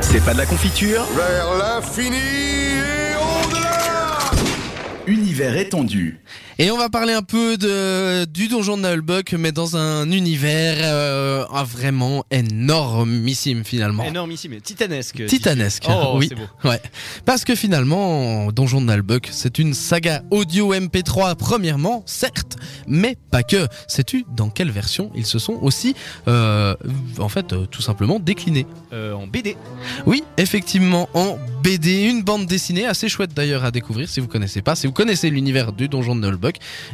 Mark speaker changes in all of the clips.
Speaker 1: C'est pas de la confiture
Speaker 2: Vers l'infini et au-delà
Speaker 1: Univers étendu.
Speaker 3: Et on va parler un peu de, du donjon de Nullbuck, mais dans un univers euh, ah, vraiment énormissime finalement.
Speaker 4: Énormissime, mais titanesque. si-
Speaker 3: Titanesque,
Speaker 4: Oh,
Speaker 3: oui.
Speaker 4: c'est beau.
Speaker 3: Ouais. Parce que finalement, Donjon de Nullbuck, c'est une saga audio MP3 premièrement, certes, mais pas que. Sais-tu dans quelle version ils se sont aussi, euh, en fait, euh, tout simplement déclinés
Speaker 4: Euh, en BD.
Speaker 3: Oui, effectivement, en BD, une bande dessinée assez chouette d'ailleurs à découvrir si vous connaissez pas. Si vous connaissez l'univers du donjon de Nullbuck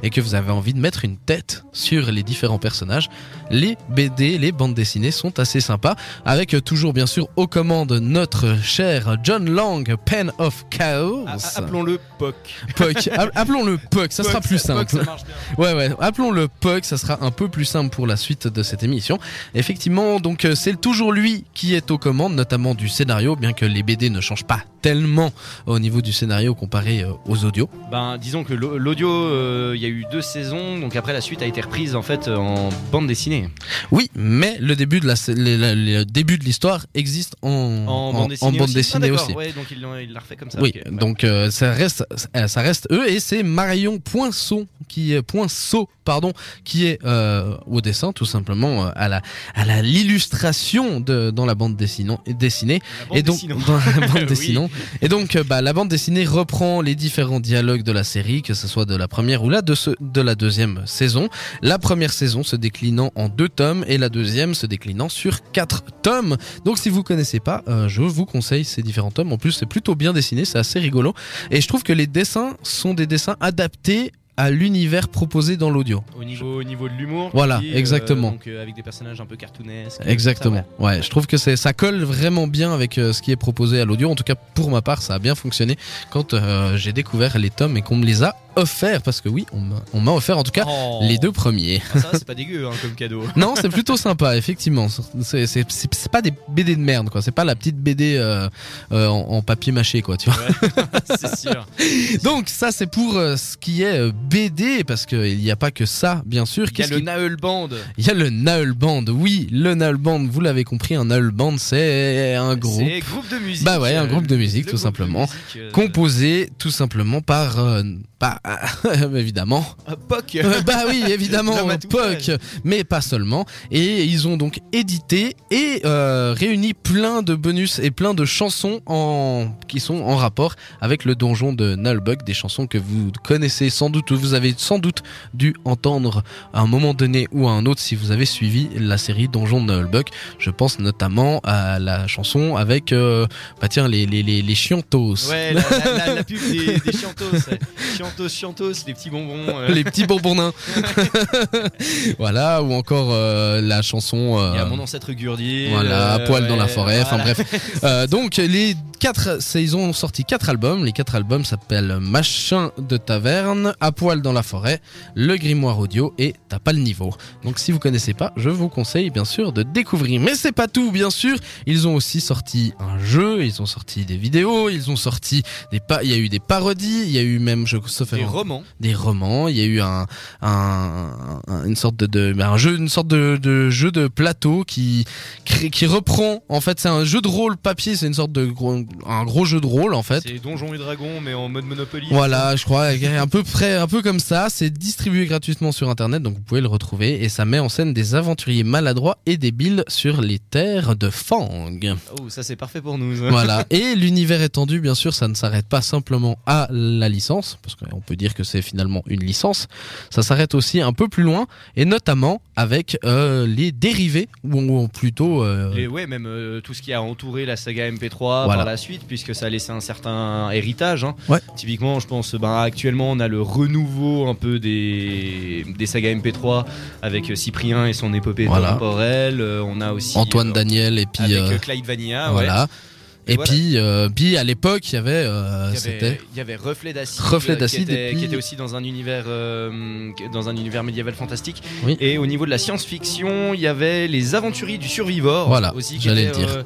Speaker 3: et que vous avez envie de mettre une tête sur les différents personnages, les BD, les bandes dessinées sont assez sympas. Avec euh, toujours bien sûr aux commandes notre cher John Lang, Pen of Chaos.
Speaker 4: A- a- Appelons-le POC.
Speaker 3: Poc. A- Appelons-le Puck, ça
Speaker 4: Poc,
Speaker 3: sera plus
Speaker 4: Poc, ça
Speaker 3: simple.
Speaker 4: marche bien.
Speaker 3: Ouais, ouais, appelons-le Puck, ça sera un peu plus simple pour la suite de cette émission. Effectivement, donc euh, c'est toujours lui qui est aux commandes, notamment du scénario, bien que les BD ne changent pas tellement au niveau du scénario comparé euh, aux audios.
Speaker 4: Ben, disons que l'au- l'audio, euh, il y a eu deux saisons, donc après la suite a été reprise en fait euh, en bande dessinée.
Speaker 3: Oui, mais le début de la, les- la- le début de l'histoire existe en, en- en bande
Speaker 4: aussi.
Speaker 3: dessinée
Speaker 4: Ah, d'accord,
Speaker 3: aussi.
Speaker 4: ouais, donc il l'a il l'a refait comme ça.
Speaker 3: Oui,
Speaker 4: ok, ouais.
Speaker 3: donc euh, ça reste, euh, ça reste eux et c'est Marion Poinçon qui est Poinceau, pardon, qui est euh, au dessin tout simplement euh, à la à la l'illustration de dans la bande dessinant- dessinée
Speaker 4: La bande
Speaker 3: et donc
Speaker 4: dessinée.
Speaker 3: dans la bande
Speaker 4: Oui.
Speaker 3: dessinante. Et donc euh, bah, la bande dessinée reprend les différents dialogues de la série, que ce soit de la première ou la de, ce- de la deuxième saison. La première saison se déclinant en deux tomes et la deuxième se déclinant sur quatre tomes. Donc si vous connaissez pas, euh, je vous conseille ces différents tomes. En plus, c'est plutôt bien dessiné, c'est assez rigolo. Et je trouve que les dessins sont des dessins adaptés à l'univers proposé dans l'audio.
Speaker 4: Au niveau, au niveau de l'humour.
Speaker 3: Voilà,
Speaker 4: puis, euh,
Speaker 3: exactement.
Speaker 4: donc euh, avec des personnages un peu cartoonesques. euh,
Speaker 3: Exactement. ouais. je trouve que c'est ça colle vraiment bien avec euh, ce qui est proposé à l'audio. En tout cas, pour ma part, ça a bien fonctionné quand euh, j'ai découvert les tomes et qu'on me les a offerts parce que oui, on m'a- on m'a offert en tout
Speaker 4: ça,
Speaker 3: cas
Speaker 4: ouais. Oh.
Speaker 3: les deux premiers.
Speaker 4: Ah, ça, c'est pas dégueu hein, comme cadeau.
Speaker 3: Non, c'est plutôt sympa, effectivement. C'est c'est- c'est- c'est pas des BD de merde, quoi. C'est pas la petite BD euh, euh, en, en papier mâché, quoi. Tu vois.
Speaker 4: c'est sûr.
Speaker 3: Donc ça, c'est pour euh, ce qui est euh, BD, parce qu'il n'y a pas que ça, bien sûr.
Speaker 4: Il y a
Speaker 3: Qu'est-ce
Speaker 4: le
Speaker 3: qui-
Speaker 4: Naël Band.
Speaker 3: Il y a le Naël Band. Oui, le Naël Band. Vous l'avez compris, un Naël Band, c'est un groupe.
Speaker 4: C'est groupe de musique.
Speaker 3: Bah ouais, un
Speaker 4: euh,
Speaker 3: groupe de musique,
Speaker 4: le
Speaker 3: tout
Speaker 4: groupe de
Speaker 3: simplement.
Speaker 4: musique, euh,
Speaker 3: composé tout simplement par euh, par- évidemment
Speaker 4: Ah, POC.
Speaker 3: Euh, bah oui évidemment
Speaker 4: Dramaturge.
Speaker 3: Puck mais pas seulement et ils ont donc édité et euh, réuni plein de bonus et plein de chansons en qui sont en rapport avec le donjon de Nullbuck des chansons que vous connaissez sans doute ou vous avez sans doute dû entendre à un moment donné ou à un autre si vous avez suivi la série Donjon de Nullbuck je pense notamment à la chanson avec euh, bah tiens les les les, les chiantos
Speaker 4: Ouais, la, la- la- la pub des, des Chiantos. ouais. Chiantos, Chiantos, les petits bonbons. euh.
Speaker 3: les petits bonbons nains. voilà, ou encore euh, la chanson. euh,
Speaker 4: Il y a mon ancêtre Gurdier.
Speaker 3: voilà,
Speaker 4: euh,
Speaker 3: poil dans la
Speaker 4: ouais,
Speaker 3: forêt. Enfin
Speaker 4: voilà.
Speaker 3: bref. Euh, donc les quatre, c'est- ils ont sorti quatre albums. Les quatre albums s'appellent Machin de taverne, À poil dans la forêt, Le grimoire audio et T'as pas le niveau. Donc si vous connaissez pas, je vous conseille bien sûr de découvrir. Mais c'est pas tout, bien sûr. Ils ont aussi sorti un jeu, ils ont sorti des vidéos, ils ont sorti des pa- il y a eu des parodies, il y a eu même je sauf
Speaker 4: Des
Speaker 3: erreur,
Speaker 4: romans.
Speaker 3: des romans, il y a eu un, un- un- une sorte de, de- ben, un jeu une sorte de, de jeu de plateau qui crée- qui reprend en fait c'est un jeu de rôle papier, c'est une sorte de gros, un gros jeu de rôle en fait.
Speaker 4: C'est Donjons et Dragons, mais en mode Monopoly.
Speaker 3: Voilà, je crois un peu près un peu comme ça, c'est distribué gratuitement sur internet donc vous pouvez le retrouver et ça met en scène des aventuriers maladroits et débiles sur les terres de Fang.
Speaker 4: Oh, ça c'est parfait pour nous.
Speaker 3: Voilà. Et l'univers étendu, bien sûr, ça ne s'arrête pas simplement à la licence, parce qu'on peut dire que c'est finalement une licence. Ça s'arrête aussi un peu plus loin, et notamment avec euh, les dérivés, ou, ou plutôt. euh,
Speaker 4: Et ouais, même euh, tout ce qui a entouré la saga MP3
Speaker 3: Voilà.
Speaker 4: par la suite, puisque ça a laissé un certain héritage. hein.
Speaker 3: Ouais.
Speaker 4: Typiquement, je pense, ben, actuellement, on a le renouveau un peu des, des sagas MP3 avec euh, Cyprien et son épopée
Speaker 3: Voilà.
Speaker 4: temporelle. Euh, on a aussi
Speaker 3: Antoine
Speaker 4: euh,
Speaker 3: Daniel, et puis.
Speaker 4: avec
Speaker 3: euh,
Speaker 4: euh, Clyde Vanilla. ouais.
Speaker 3: voilà. Et
Speaker 4: Et voilà.
Speaker 3: puis, euh, puis à l'époque, il y avait. euh,
Speaker 4: Il y,
Speaker 3: C'était.
Speaker 4: avait, il y avait Reflet d'acide,
Speaker 3: Reflet
Speaker 4: euh,
Speaker 3: d'acide
Speaker 4: qui, était-
Speaker 3: et puis-
Speaker 4: qui était aussi dans un univers euh, dans un univers médiéval fantastique.
Speaker 3: Oui.
Speaker 4: Et au niveau de la science-fiction, il y avait les Aventuriers du Survivor
Speaker 3: Voilà,
Speaker 4: aussi.
Speaker 3: j'allais
Speaker 4: était,
Speaker 3: le dire.
Speaker 4: euh,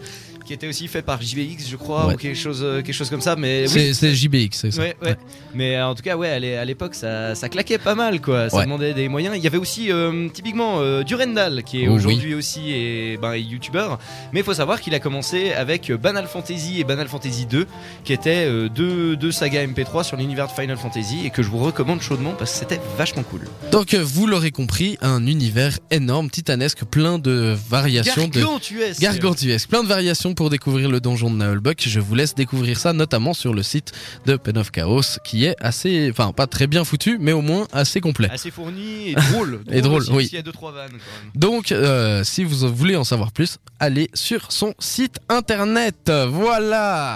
Speaker 4: qui était aussi fait par JVX, je crois,
Speaker 3: Ouais.
Speaker 4: ou quelque chose, euh, quelque chose comme ça. Mais oui,
Speaker 3: C'est c'est JBX, c'est ça.
Speaker 4: Ouais, ouais. Mais euh, en tout cas, ouais, à l'é- à l'époque, ça, ça claquait pas mal, quoi. Ça
Speaker 3: Ouais.
Speaker 4: demandait des moyens. Il y avait aussi, euh, typiquement, euh, Durendal, qui est
Speaker 3: Oh,
Speaker 4: aujourd'hui aussi et, ben, est youtubeur. Mais il faut savoir qu'il a commencé avec euh, Banal Fantasy et Banal Fantasy 2, qui étaient euh, deux, deux sagas MP3 sur l'univers de Final Fantasy et que je vous recommande chaudement parce que c'était vachement cool.
Speaker 3: Donc euh, vous l'aurez compris, un univers énorme, titanesque, plein de variations de
Speaker 4: Gargantuesque.
Speaker 3: gargantuesque, plein de variations pour découvrir le donjon de Naulbuck. Je vous laisse découvrir ça notamment sur le site de Pen of Chaos qui est assez enfin pas très bien foutu mais au moins assez complet.
Speaker 4: Assez fourni et drôle.
Speaker 3: Et drôle,
Speaker 4: aussi,
Speaker 3: oui.
Speaker 4: parce qu'il y a deux, trois vannes, quand même.
Speaker 3: Donc, euh, si vous voulez en savoir plus, allez sur son site internet. Voilà